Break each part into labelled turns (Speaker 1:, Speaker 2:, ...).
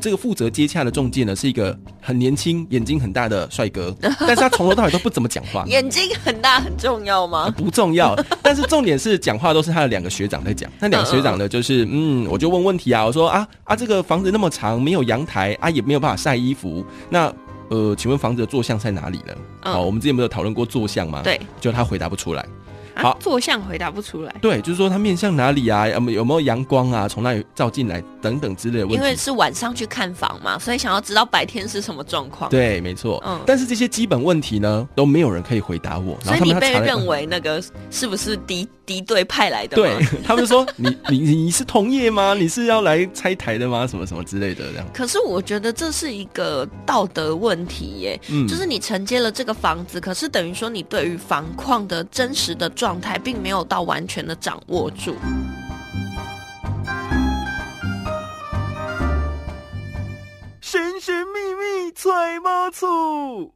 Speaker 1: 这个负责接洽的中介呢，是一个很年轻、眼睛很大的帅哥，但是他从头到尾都不怎么讲话，
Speaker 2: 眼睛很大很重要吗？
Speaker 1: 不重要。但是重点是讲话都是他的两个学长在讲。那两个学长呢，就是嗯，我就问问题啊，我说啊啊，这个房子那么长，没有阳台啊，也没有办法晒衣服。那呃，请问房子的坐向在哪里呢？哦
Speaker 3: 嗯
Speaker 2: Uh
Speaker 1: 好，我们之前不是有讨论过坐向吗？，
Speaker 3: 对，
Speaker 1: 就他回答不出来。
Speaker 3: 啊
Speaker 1: 好，
Speaker 3: 坐向回答不出来，
Speaker 1: 对，就是说他面向哪里啊？有没有有没有阳光啊？从哪里照进来等等之类的问
Speaker 2: 因为
Speaker 1: 题。
Speaker 2: 是晚上去看房嘛，所以想要知道白天是什么状况。
Speaker 1: 对，没错。
Speaker 2: 嗯
Speaker 1: 但是这些基本问题呢，都没有人可以回答我。然
Speaker 2: 所
Speaker 1: 后
Speaker 2: 以
Speaker 1: 他
Speaker 2: 你
Speaker 1: 们还
Speaker 2: 被
Speaker 1: 查了
Speaker 2: 认为那个是不是敌敌对派来的吗？
Speaker 1: 对 他们说你你你你是同业吗？你是要来拆台的吗？什么什么之类的这样。
Speaker 2: 可是我觉得这是一个道德问题耶，
Speaker 1: 嗯
Speaker 2: 就是你承接了这个房子，可是等于说你对于房况的真实的状态，并没有到完全的掌握住。
Speaker 4: 神神秘秘揣猫醋。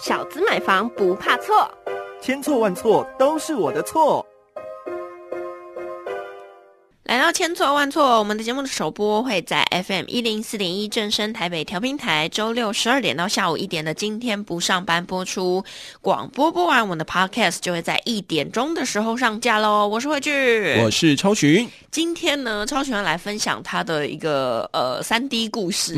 Speaker 3: 小资买房不怕错。
Speaker 4: 千错万错都是我的错。
Speaker 2: 来到千错万错，我们的节目的首播会在 FM 一零四点一正声台北调频台，周六十二点到下午一点的今天不上班播出。广播播完，我们的 Podcast 就会在一点钟的时候上架喽。我是慧俊，
Speaker 1: 我是超群，
Speaker 2: 今天呢，超喜欢来分享他的一个呃三 D 故事，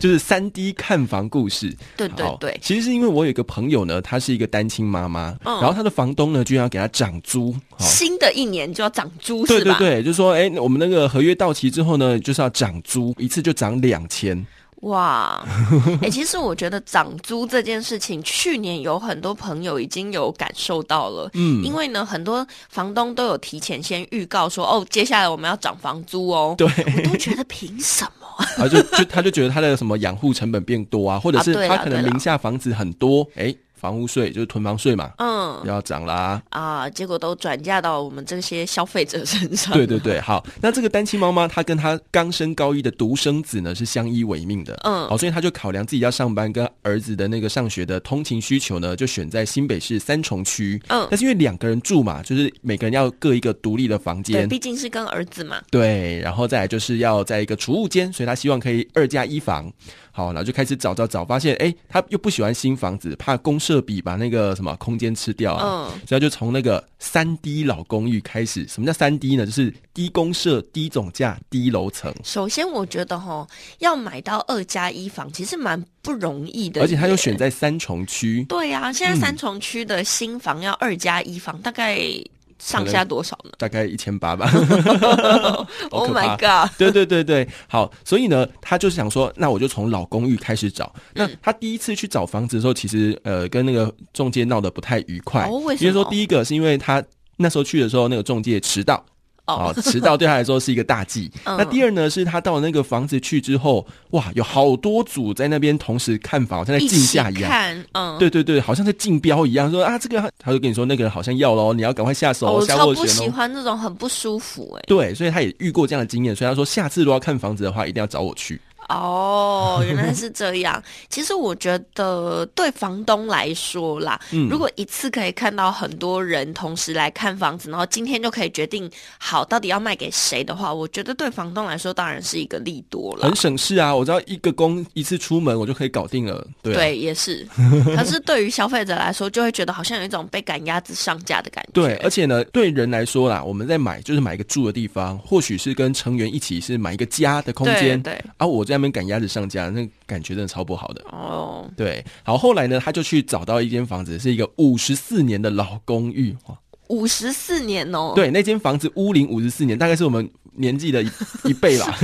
Speaker 1: 就是三 D 看房故事。
Speaker 2: 对对
Speaker 1: 好
Speaker 2: 对，
Speaker 1: 其实是因为我有一个朋友呢，她是一个单亲妈妈，
Speaker 2: 嗯
Speaker 1: 然后她的房东呢，居然要给她涨租。好
Speaker 2: 新的一年就要长猪
Speaker 1: 对
Speaker 2: 是
Speaker 1: 对
Speaker 2: 吧？
Speaker 1: 对，就说哎、我们那个合约到期之后呢，就是要涨租，一次就涨两千。
Speaker 2: 哇， 哎、其实我觉得长猪这件事情，去年有很多朋友已经有感受到了。
Speaker 1: 嗯，
Speaker 2: 因为呢，很多房东都有提前先预告说，哦，接下来我们要涨房租哦。
Speaker 1: 对，
Speaker 2: 我都觉得凭什么？
Speaker 1: 啊，就就他就觉得他的什么养护成本变多啊，或者
Speaker 2: 啊
Speaker 1: 是
Speaker 2: 对
Speaker 1: 他
Speaker 2: 啦
Speaker 1: 可能
Speaker 2: 对啦
Speaker 1: 名下房子很多，哎、房屋税就是囤房税嘛，
Speaker 2: 嗯
Speaker 1: 要涨啦。
Speaker 2: 啊，结果都转嫁到我们这些消费者身上。
Speaker 1: 对对对，好，那这个单亲妈妈她跟她刚升高一的独生子呢是相依为命的，
Speaker 2: 嗯
Speaker 1: 好，所以她就考量自己要上班跟儿子的那个上学的通勤需求呢，就选在新北市三重区，
Speaker 2: 嗯
Speaker 1: 但是因为两个人住嘛，就是每个人要各一个独立的房
Speaker 2: 对，
Speaker 1: 间，
Speaker 2: 毕竟是跟儿子嘛。
Speaker 1: 对，然后再来就是要在一个储物间，所以他希望可以二加一房。好，然后就开始找找找，发现哎，他又不喜欢新房子，怕公社比把那个什么空间吃掉啊，
Speaker 2: 嗯
Speaker 1: 所以他就从那个三 D 老公寓开始。什么叫三 D 呢？就是低公社、低总价、低楼层，
Speaker 2: 首先，我觉得哈，要买到二加一房其实蛮不容易的耶，
Speaker 1: 而且他又选在三重区，
Speaker 2: 对呀、
Speaker 1: 嗯
Speaker 2: 现在三重区的新房要二加一房，大概上下多少呢
Speaker 1: 大概一千八吧。
Speaker 2: ？Oh
Speaker 1: 可怕
Speaker 2: my god！
Speaker 1: 对对对对，好，所以呢，他就是想说，那我就从老公寓开始找。
Speaker 2: 嗯
Speaker 1: 那他第一次去找房子的时候，其实呃，跟那个中介闹得不太愉快。
Speaker 2: 哦为什
Speaker 1: 因为说
Speaker 2: 么
Speaker 1: 第一个是因为他那时候去的时候，那个中介迟到。
Speaker 2: 哦，
Speaker 1: 哦，迟到对他来说是一个大忌。
Speaker 2: 嗯
Speaker 1: 那第二呢，是他到那个房子去之后，哇，有好多组在那边同时看房，好像在
Speaker 2: 一
Speaker 1: 竞
Speaker 2: 起
Speaker 1: 价一样。
Speaker 2: 看，嗯，
Speaker 1: 对对对，好像在竞标一样，说啊，这个他就跟你说那个人好像要喽，你要赶快下手
Speaker 2: 哦，
Speaker 1: 哦，
Speaker 2: 我
Speaker 1: 下
Speaker 2: 超
Speaker 1: 斡
Speaker 2: 不喜
Speaker 1: 旋哦。
Speaker 2: 欢那种很不舒服哎、
Speaker 1: 对，所以他也遇过这样的经验，所以他说下次如果要看房子的话，一定要找我去。
Speaker 2: 哦，原来是这样。其实我觉得对房东来说啦，
Speaker 1: 嗯
Speaker 2: 如果一次可以看到很多人同时来看房子，然后今天就可以决定好到底要卖给谁的话，我觉得对房东来说当然是一个利多了
Speaker 1: 很。省事啊！我只要一个工一次出门，我就可以搞定了。对啊、
Speaker 2: 对，也 是。可是对于消费者来说，就会觉得好像有一种被赶鸭子上架的感觉。
Speaker 1: 对而且呢，对人来说啦，我们在买就是买一个住的地方，或许是跟成员一起是买一个家的空间。
Speaker 2: 对对
Speaker 1: 啊，我在那边赶鸭子上架，那感觉真的超不好的。
Speaker 2: 哦，
Speaker 1: 对，好，后来呢，他就去找到一间房子，是一个五十四年的老公寓。哇，
Speaker 2: 五十四年哦，，
Speaker 1: 对，那间房子屋龄五十四年，大概是我们年纪的一一倍 吧。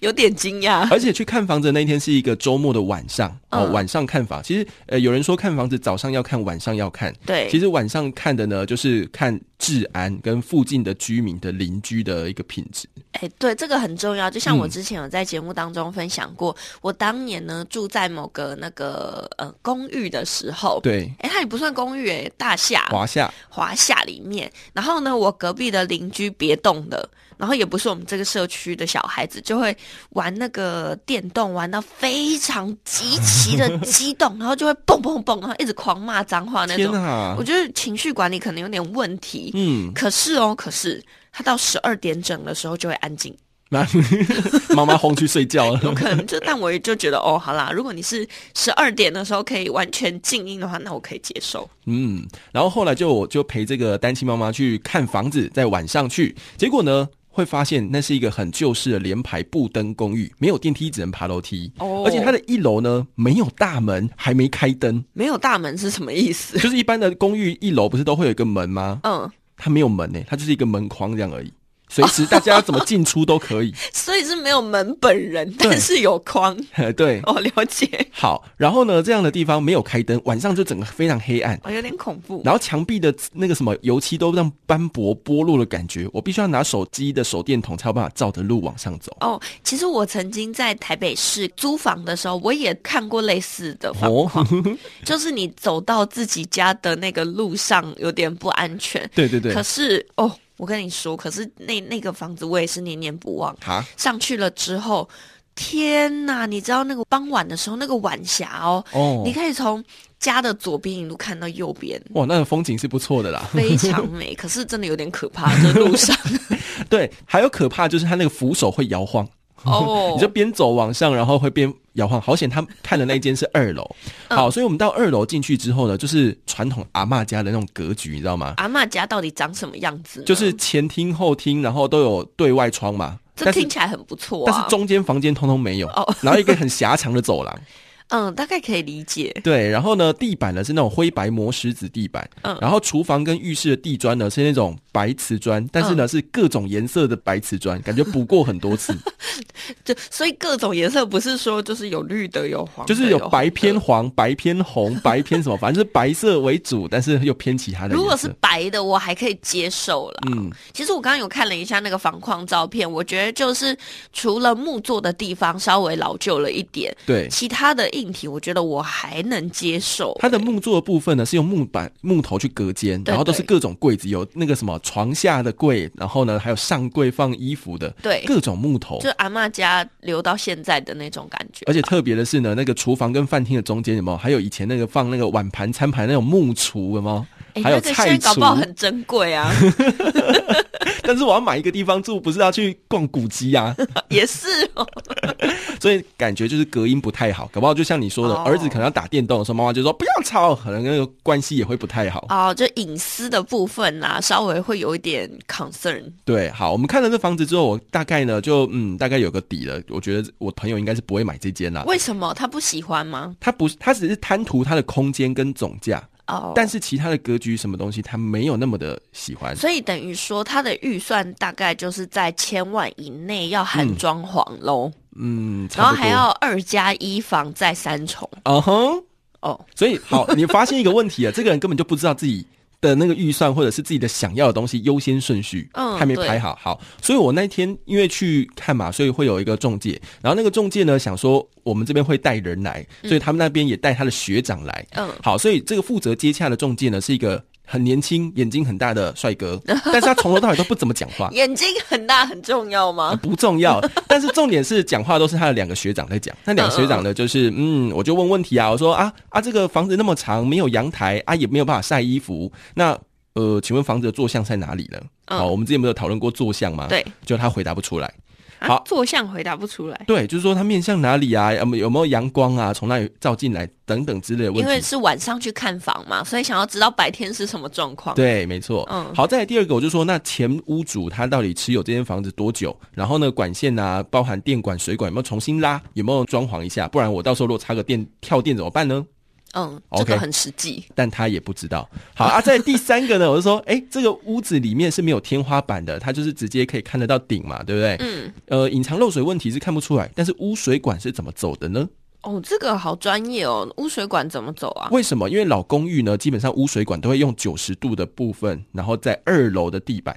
Speaker 2: 有点惊 讶。
Speaker 1: 而且去看房子的那一天是一个周末的晚上哦，
Speaker 2: 嗯
Speaker 1: 晚上看房。其实呃，有人说看房子早上要看，晚上要看。
Speaker 2: 对，
Speaker 1: 其实晚上看的呢，就是看治安跟附近的居民的邻居的一个品质。
Speaker 2: 哎、对，这个很重要。就像我
Speaker 1: 嗯
Speaker 2: 之前有在节目当中分享过，我当年呢住在某个那个呃公寓的时候，，
Speaker 1: 对，
Speaker 2: 哎，它也不算公寓，哎，大厦
Speaker 1: 华夏
Speaker 2: 华夏里面。然后呢，我隔壁的邻居别动的，然后也不是我们这个社区的小孩子，就会玩那个电动，玩到非常极其的激动，然后就会蹦蹦蹦，然后一直狂骂脏话那
Speaker 1: 天
Speaker 2: 种。
Speaker 1: 啊
Speaker 2: 我，觉得情绪管理可能有点问题。
Speaker 1: 嗯，
Speaker 2: 可是哦，可是他到十二点整的时候就会安 静，
Speaker 1: 那妈妈轰去睡觉
Speaker 2: 有
Speaker 1: 了。
Speaker 2: 可能就，但我也就觉得哦，好啦，如果你是十二点的时候可以完全静音的话，那我可以接受。
Speaker 1: 嗯，然后后来就我就陪这个单亲妈妈去看房子，在晚上去，结果呢会发现那是一个很旧式的连排布灯公寓，没有电梯，只能爬楼梯。
Speaker 2: 哦
Speaker 1: 而且它的一楼呢没有大门，还没开 灯，
Speaker 2: 没有大门是什么意思？
Speaker 1: 就是一般的公寓一楼不是都会有一个门吗？
Speaker 2: 嗯，
Speaker 1: 它没有门欸呢、它就是一个门框这样而已，随时大家要怎么进出都可 以。
Speaker 2: 所以是没有门本人，
Speaker 1: 对
Speaker 2: 但是有框。
Speaker 1: 对，
Speaker 2: 哦，了解。
Speaker 1: 好，然后呢这样的地方没有开灯，晚上就整个非常黑暗。
Speaker 2: 哦，有点恐怖。
Speaker 1: 然后墙壁的那个什么油漆都让斑驳剥落的感觉，我必须要拿手机的手电筒才有办法照着路往上走。
Speaker 2: 哦，其实我曾经在台北市租房的时候，我也看过类似的房，
Speaker 1: 哦，
Speaker 2: 就是你走到自己家的那个路上有点不安全。
Speaker 1: 对对对
Speaker 2: 可，是哦，我跟你说，可是那那个房子我也是念念不忘。
Speaker 1: 哈，
Speaker 2: 上去了之后，天呐，你知道那个傍晚的时候，那个晚霞哦，
Speaker 1: 哦
Speaker 2: 你，可以从家的左边一路看到右边，
Speaker 1: 哇，那个风景是不错的啦。
Speaker 2: 非常美。可是真的有点可怕，这路上
Speaker 1: 对，还有可怕就是它那个扶手会摇晃，
Speaker 2: 哦，
Speaker 1: 你就边走往上，然后会边摇晃。好险，他看的那一间是二楼。
Speaker 2: 嗯
Speaker 1: 好，所以我们到二楼进去之后呢，就是传统阿嬷家的那种格局，你知道吗？
Speaker 2: 阿嬷家到底长什么样子呢？
Speaker 1: 就是前厅后厅，然后都有对外窗嘛。
Speaker 2: 这
Speaker 1: 但是
Speaker 2: 听起来很不错、啊，
Speaker 1: 但是中间房间通通没有
Speaker 2: 哦，
Speaker 1: 然后一个很狭长的走廊。
Speaker 2: 嗯，大概可以理解。
Speaker 1: 对，然后呢，地板呢是那种灰白磨石子地板，
Speaker 2: 嗯
Speaker 1: 然后厨房跟浴室的地砖呢是那种白瓷砖，但是呢、
Speaker 2: 嗯
Speaker 1: 是各种颜色的白瓷砖，感觉补过很多次，
Speaker 2: 就所以各种颜色不是说就是有绿的有黄的，
Speaker 1: 就是有
Speaker 2: 红
Speaker 1: 白
Speaker 2: 的
Speaker 1: 偏。黄、白偏红、白偏什么，反正就是白色为主，但是又偏其他的
Speaker 2: 如果
Speaker 1: 颜
Speaker 2: 是
Speaker 1: 色。
Speaker 2: 白的，我还可以接受啦。
Speaker 1: 嗯，
Speaker 2: 其实我刚刚有看了一下那个房框照片，我觉得就是除了木做的地方稍微老旧了一点，
Speaker 1: 对，
Speaker 2: 其他的硬体我觉得我还能接受。
Speaker 1: 它的木做的部分呢是用木板、木头去隔间，
Speaker 2: 对
Speaker 1: 然后都是
Speaker 2: 对
Speaker 1: 各种柜子，有那个什么床下的柜，然后呢还有上柜放衣服的，
Speaker 2: 对
Speaker 1: 各种木头。
Speaker 2: 就阿嬷家留到现在的那种感觉，
Speaker 1: 而且特别的是呢，那个厨房跟饭厅的中间有没有？还有以前那个放那个碗盘、餐盘那种木橱有没
Speaker 2: 哎
Speaker 1: 有？还有
Speaker 2: 那个现在
Speaker 1: 菜
Speaker 2: 搞不好
Speaker 1: 橱。
Speaker 2: 很珍贵 啊，
Speaker 1: 但是我要买一个地方住，不是要去逛古迹啊，
Speaker 2: 也是哦。
Speaker 1: 所以感觉就是隔音不太好。搞不好就像你说的，
Speaker 2: 哦
Speaker 1: 儿子可能要打电动的时候，妈妈就说不要吵，可能那个关系也会不太好。
Speaker 2: 哦，就隐私的部分啊，稍微会有一点 concern。
Speaker 1: 对，好，我们看了这房子之后，我大概呢就嗯大概有个底了。我觉得我朋友应该是不会买这间啦。
Speaker 2: 为什么他不喜欢吗？
Speaker 1: 他不是，他只是贪图它的空间跟总价，
Speaker 2: 哦，
Speaker 1: 但是其他的格局什么东西他没有那么的喜欢。
Speaker 2: 所以等于说他的预算大概就是在千万以内，要含装潢喽，
Speaker 1: 嗯，差
Speaker 2: 然后
Speaker 1: 不多
Speaker 2: 还要二加一房在三重
Speaker 1: 嗯哼，
Speaker 2: 哦。
Speaker 1: 所以好，你发现一个问题啊，这个人根本就不知道自己的那个预算或者是自己的想要的东西优先顺序，
Speaker 2: 嗯
Speaker 1: 还没排好。好，所以我那天因为去看嘛，所以会有一个中介，然后那个中介呢想说我们这边会带人来，所以他们那边也带他的学长来。
Speaker 2: 嗯，
Speaker 1: 好，所以这个负责接洽的中介呢是一个。很年轻，眼睛很大的帅哥，但是他从头到尾都不怎么讲话
Speaker 2: 眼睛很大很重要吗？
Speaker 1: 不重要，但是重点是讲话都是他的两个学长在讲。那两个学长呢，就是嗯，我就问问题啊，我说啊啊，这个房子那么长，没有阳台啊，也没有办法晒衣服。那呃，请问房子的坐向在哪里呢？
Speaker 2: 嗯
Speaker 1: 好，我们之前不是有讨论过坐向吗？
Speaker 2: 对，
Speaker 1: 就他回答不出来。
Speaker 2: 啊
Speaker 1: 好
Speaker 2: 坐相回答不出来，
Speaker 1: 对，就是说他面向哪里啊？有没有有没有阳光啊？从哪里照进来等等之类的问
Speaker 2: 因为
Speaker 1: 题。
Speaker 2: 是晚上去看房嘛，所以想要知道白天是什么状况。
Speaker 1: 对，没错。
Speaker 2: 嗯
Speaker 1: 好，再来第二个，我就说那前屋主他到底持有这间房子多久？然后呢，管线啊，包含电管、水管有没有重新拉？有没有装潢一下？不然我到时候如果插个电跳电怎么办呢？
Speaker 2: 嗯，这
Speaker 1: OK
Speaker 2: 个很实际。
Speaker 1: 但他也不知道。好啊，在第三个呢，我就说，哎、这个屋子里面是没有天花板的，它就是直接可以看得到顶嘛，对不对？
Speaker 2: 嗯，
Speaker 1: 呃，隐藏漏水问题是看不出来，但是污水管是怎么走的呢？
Speaker 2: 哦，这个好专业哦，污水管怎么走啊？
Speaker 1: 为什么？因为老公寓呢，基本上污水管都会用九十度的部分，然后在二楼的地板。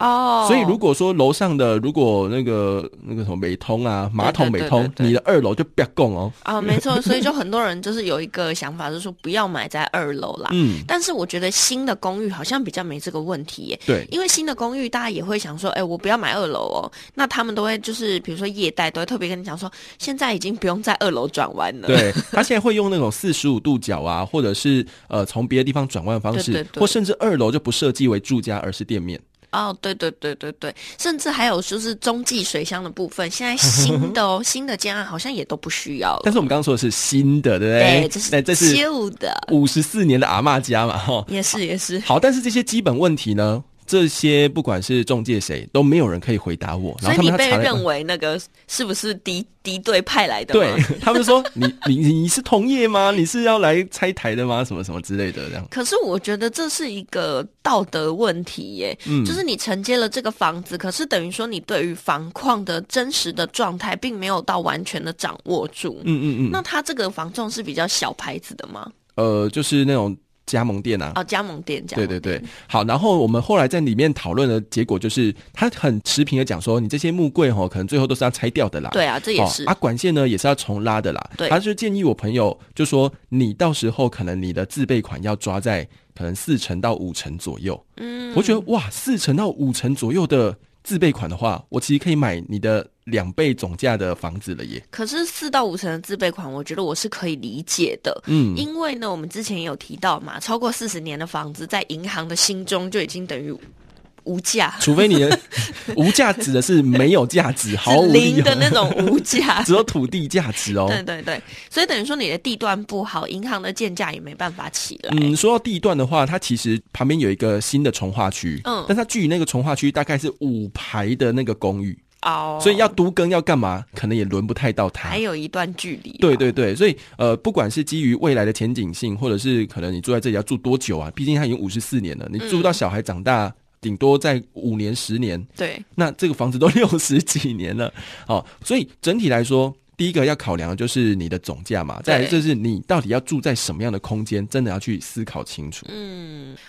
Speaker 2: 哦，
Speaker 1: 所以如果说楼上的如果那个那个什么没通啊，马桶没通，
Speaker 2: 对对对
Speaker 1: 你的二楼就不要供哦。
Speaker 2: 啊，没错，所以就很多人就是有一个想法，就是说不要买在二楼啦。
Speaker 1: 嗯，
Speaker 2: 但是我觉得新的公寓好像比较没这个问题耶，
Speaker 1: 对，
Speaker 2: 因为新的公寓大家也会想说，哎、我不要买二楼哦。那他们都会就是比如说业贷都会特别跟你讲说，现在已经不用在二楼转弯了。
Speaker 1: 对，他现在会用那种四十五度角啊，或者是呃从别的地方转弯的方式，
Speaker 2: 对对对
Speaker 1: 或甚至二楼就不设计为住家，而是店面。
Speaker 2: 哦，对对对对对，甚至还有就是中继水箱的部分，现在新的 哦，新的建案好像也都不需要了。
Speaker 1: 但是我们刚刚说的是新的，对不对？
Speaker 2: 对，这是
Speaker 1: 那这是
Speaker 2: 旧的，
Speaker 1: 五十四年的阿嬷家嘛，哈。
Speaker 2: 也是也是。
Speaker 1: 好，但是这些基本问题呢，这些不管是中介谁都没有人可以回答我。然后
Speaker 2: 所以
Speaker 1: 他
Speaker 2: 你
Speaker 1: 们他
Speaker 2: 被
Speaker 1: 查了
Speaker 2: 认为那个是不是敌敌对派来的吗？
Speaker 1: 对 他们说你你你你是同业吗？你是要来拆台的吗？什么什么之类的这样。
Speaker 2: 可是我觉得这是一个道德问题耶，
Speaker 1: 嗯
Speaker 2: 就是你承接了这个房子，可是等于说你对于房况的真实的状态，并没有到完全的掌握住。
Speaker 1: 嗯嗯嗯，
Speaker 2: 那他这个房仲是比较小牌子的吗？
Speaker 1: 呃，就是那种加盟店啊。
Speaker 2: 哦，加盟店这样。
Speaker 1: 对对对，好，然后我们后来在里面讨论的结果就是，他很持平的讲说，你这些木柜哈、哦，可能最后都是要拆掉的啦。
Speaker 2: 对啊，这也是。
Speaker 1: 哦、啊，管线呢也是要重拉的啦。
Speaker 2: 对
Speaker 1: 他就建议我朋友就说，你到时候可能你的自备款要抓在可能四成到五成左右。嗯，我觉得哇，四成到五成左右的自备款的话，我其实可以买你的两倍总价的房子了耶。
Speaker 2: 可是四到五成的自备款，我觉得我是可以理解的。
Speaker 1: 嗯，
Speaker 2: 因为呢，我们之前有提到嘛，超过四十年的房子，在银行的心中就已经等于无价，
Speaker 1: 除非你 的无价值的是没有价值，毫无
Speaker 2: 是
Speaker 1: 利
Speaker 2: 零
Speaker 1: 用
Speaker 2: 的那种
Speaker 1: 。
Speaker 2: 无价
Speaker 1: 只有土地价值哦。
Speaker 2: 对对对，所以等于说你的地段不好，银行的建价也没办法起来。
Speaker 1: 嗯，说到地段的话，它其实旁边有一个新的从化区，
Speaker 2: 嗯
Speaker 1: 但它距离那个从化区大概是五排的那个公寓，
Speaker 2: 哦，
Speaker 1: 所以要都更要干嘛，可能也轮不太到它
Speaker 2: 还。有一段距离。
Speaker 1: 对，对对，所以呃，不管是基于未来的前景性，或者是可能你住在这里要住多久啊，毕竟它已经五十四年了，
Speaker 2: 嗯
Speaker 1: 你住到小孩长大，顶多在五年十年，
Speaker 2: 对，
Speaker 1: 那这个房子都六十几年了，哦，所以整体来说。第一个要考量的就是你的总价嘛，再来
Speaker 2: 对
Speaker 1: 就是你到底要住在什么样的空间，真的要去思考清楚。
Speaker 2: 嗯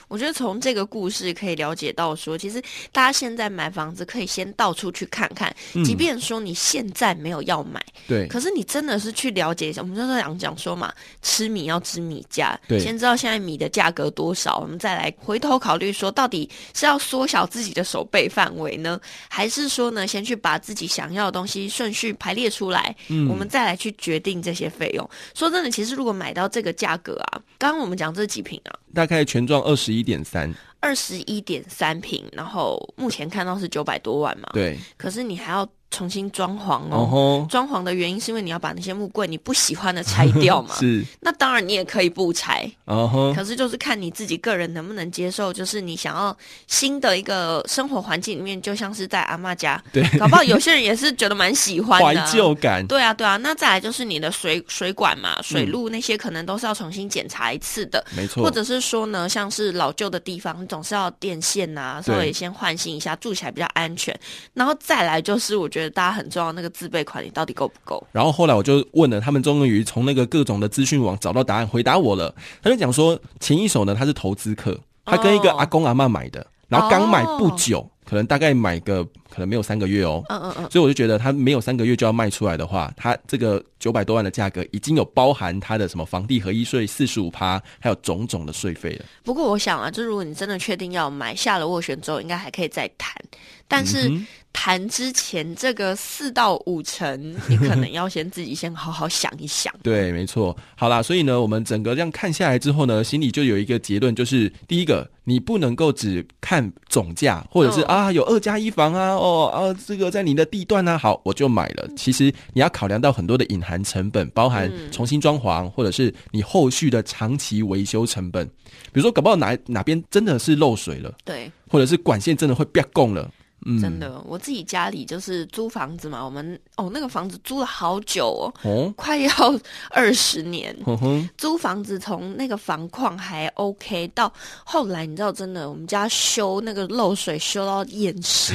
Speaker 2: 我觉得从这个故事可以了解到说，其实大家现在买房子可以先到处去看看，
Speaker 1: 嗯
Speaker 2: 即便说你现在没有要买，
Speaker 1: 对，
Speaker 2: 可是你真的是去了解一下。我们就是讲讲说嘛，吃米要知米价，
Speaker 1: 对
Speaker 2: 先知道现在米的价格多少，我们再来回头考虑说，到底是要缩小自己的手背范围呢，还是说呢，先去把自己想要的东西顺序排列出来，
Speaker 1: 嗯
Speaker 2: 我们再来去决定这些费用。说真的，其实如果买到这个价格啊，刚刚我们讲这几瓶啊，
Speaker 1: 大概全幢二十一点三，
Speaker 2: 二十一点三瓶，然后目前看到是九百多万嘛，
Speaker 1: 对，
Speaker 2: 可是你还要重新装潢
Speaker 1: 然
Speaker 2: 哦
Speaker 1: 后
Speaker 2: 装潢的原因是因为你要把那些木柜你不喜欢的拆掉 嘛。
Speaker 1: 是，哦嗯
Speaker 2: 那当然你也可以不拆，
Speaker 1: 然后
Speaker 2: 可是就是看你自己个人能不能接受，就是你想要新的一个生活环境里面，就像是在阿妈家，
Speaker 1: 对，
Speaker 2: 搞不好有些人也是觉得蛮喜欢
Speaker 1: 怀
Speaker 2: 的啊、
Speaker 1: 旧嗯感，
Speaker 2: 对啊，对啊，那再来就是你的水水管嘛、水路那些，可能都是要重新检查一次的。
Speaker 1: 没错，
Speaker 2: 或者是说呢，像是老旧的地方，你总是要电线呐、稍
Speaker 1: 对
Speaker 2: 微先换新一下，住起来比较安全。然后再来就是，我觉得大家很重要那个自备款，你到底够不够？
Speaker 1: 然后后来我就问了，他们终于从那个各种的资讯网找到答案，回答我了。他就讲说，前一手呢他是投资客，他跟一个
Speaker 2: 哦
Speaker 1: 阿公阿嬷买的，然后刚买不
Speaker 2: 哦
Speaker 1: 久，可能大概买个可能没有三个月哦。
Speaker 2: 嗯嗯嗯，
Speaker 1: 所以我就觉得他没有三个月就要卖出来的话，他这个九百多万的价格已经有包含他的什么房地合一税四十五趴，还有种种的税费了。
Speaker 2: 不过我想啊，就如果你真的确定要买，下了斡旋之后，应该还可以再谈。但是谈之前，这个四到五成，你可能要先自己先好好想一想。
Speaker 1: 对，没错。好啦，所以呢，我们整个这样看下来之后呢，心里就有一个结论，就是第一个，你不能够只看总价，或者是、
Speaker 2: 嗯
Speaker 1: 啊有二加一房啊，哦啊这个在你的地段啊，好我就买了。其实你要考量到很多的隐含成本，包含
Speaker 2: 嗯
Speaker 1: 重新装潢，或者是你后续的长期维修成本。比如说，搞不好哪哪边真的是漏水了，
Speaker 2: 对，
Speaker 1: 或者是管线真的会变供了。嗯
Speaker 2: 真的，我自己家里就是租房子嘛，我们哦那个房子租了好久哦，
Speaker 1: 哦，
Speaker 2: 快要二十年。
Speaker 1: 哼哼，
Speaker 2: 租房子从那个房况还 OK 到后来，你知道真的，我们家修那个漏水修到厌世，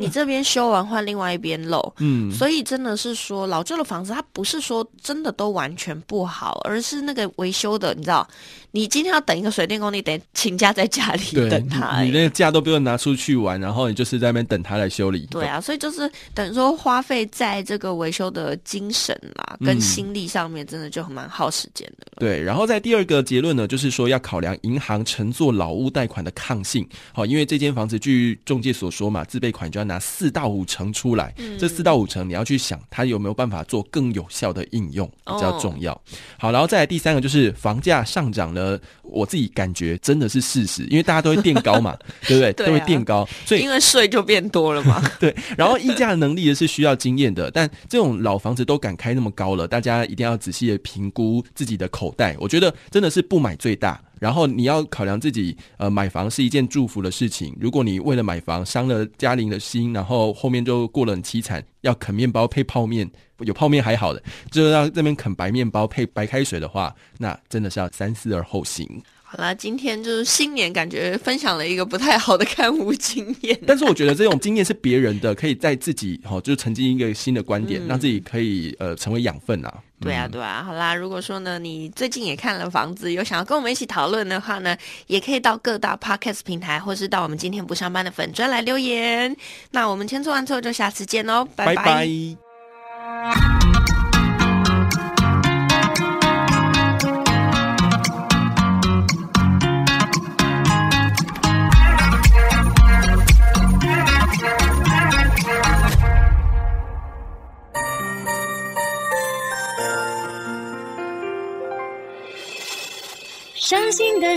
Speaker 2: 你这边修完换另外一边漏，
Speaker 1: 嗯，
Speaker 2: 所以真的是说老旧的房子，它不是说真的都完全不好，而是那个维修的，你知道，你今天要等一个水电工，你得请假在家里
Speaker 1: 对，
Speaker 2: 等他、
Speaker 1: 你
Speaker 2: 欸
Speaker 1: 你那个假都不用拿出去玩，然后你就是在那边等他来修理。
Speaker 2: 对啊，所以就是等于说花费在这个维修的精神啦，
Speaker 1: 嗯
Speaker 2: 跟心力上面，真的就很蛮耗时间的。
Speaker 1: 对，然后在第二个结论呢，就是说要考量银行乘坐老屋贷款的抗性。好、因为这间房子据中介所说嘛，自备款就要拿四到五成出来，
Speaker 2: 嗯
Speaker 1: 这四到五成你要去想它有没有办法做更有效的应用，比较重要。
Speaker 2: 哦
Speaker 1: 好，然后再来第三个就是房价上涨呢，我自己感觉真的是事实，因为大家都会垫高 嘛，对不对？
Speaker 2: 对啊
Speaker 1: 都会垫高，所以
Speaker 2: 因为税就变多了嘛。
Speaker 1: 对，然后议价能力也是需要经验的，但这种老房子都敢开那么高了，大家一定要仔细的评估自己的口袋。我觉得真的是不买最大，然后你要考量自己，呃，买房是一件祝福的事情。如果你为了买房伤了家人的心，然后后面就过得很凄惨，要啃面包配泡面，有泡面还好的，就要这边啃白面包配白开水的话，那真的是要三思而后行。
Speaker 2: 好啦，今天就是新年，感觉分享了一个不太好的 看屋经验。
Speaker 1: 但是我觉得这种经验是别人的，可以在自己哦，就是澄清一个新的观
Speaker 2: 嗯
Speaker 1: 点，让自己可以呃成为养分啊。
Speaker 2: 对啊，对啊，好啦，如果说呢，你最近也看了房子，有想要跟我们一起讨论的话呢，也可以到各大 podcast 平台，或是到我们今天不上班的粉专来留言。那我们千错万错，就下次见喽，拜
Speaker 1: 拜
Speaker 2: 拜
Speaker 1: 拜
Speaker 5: 伤心的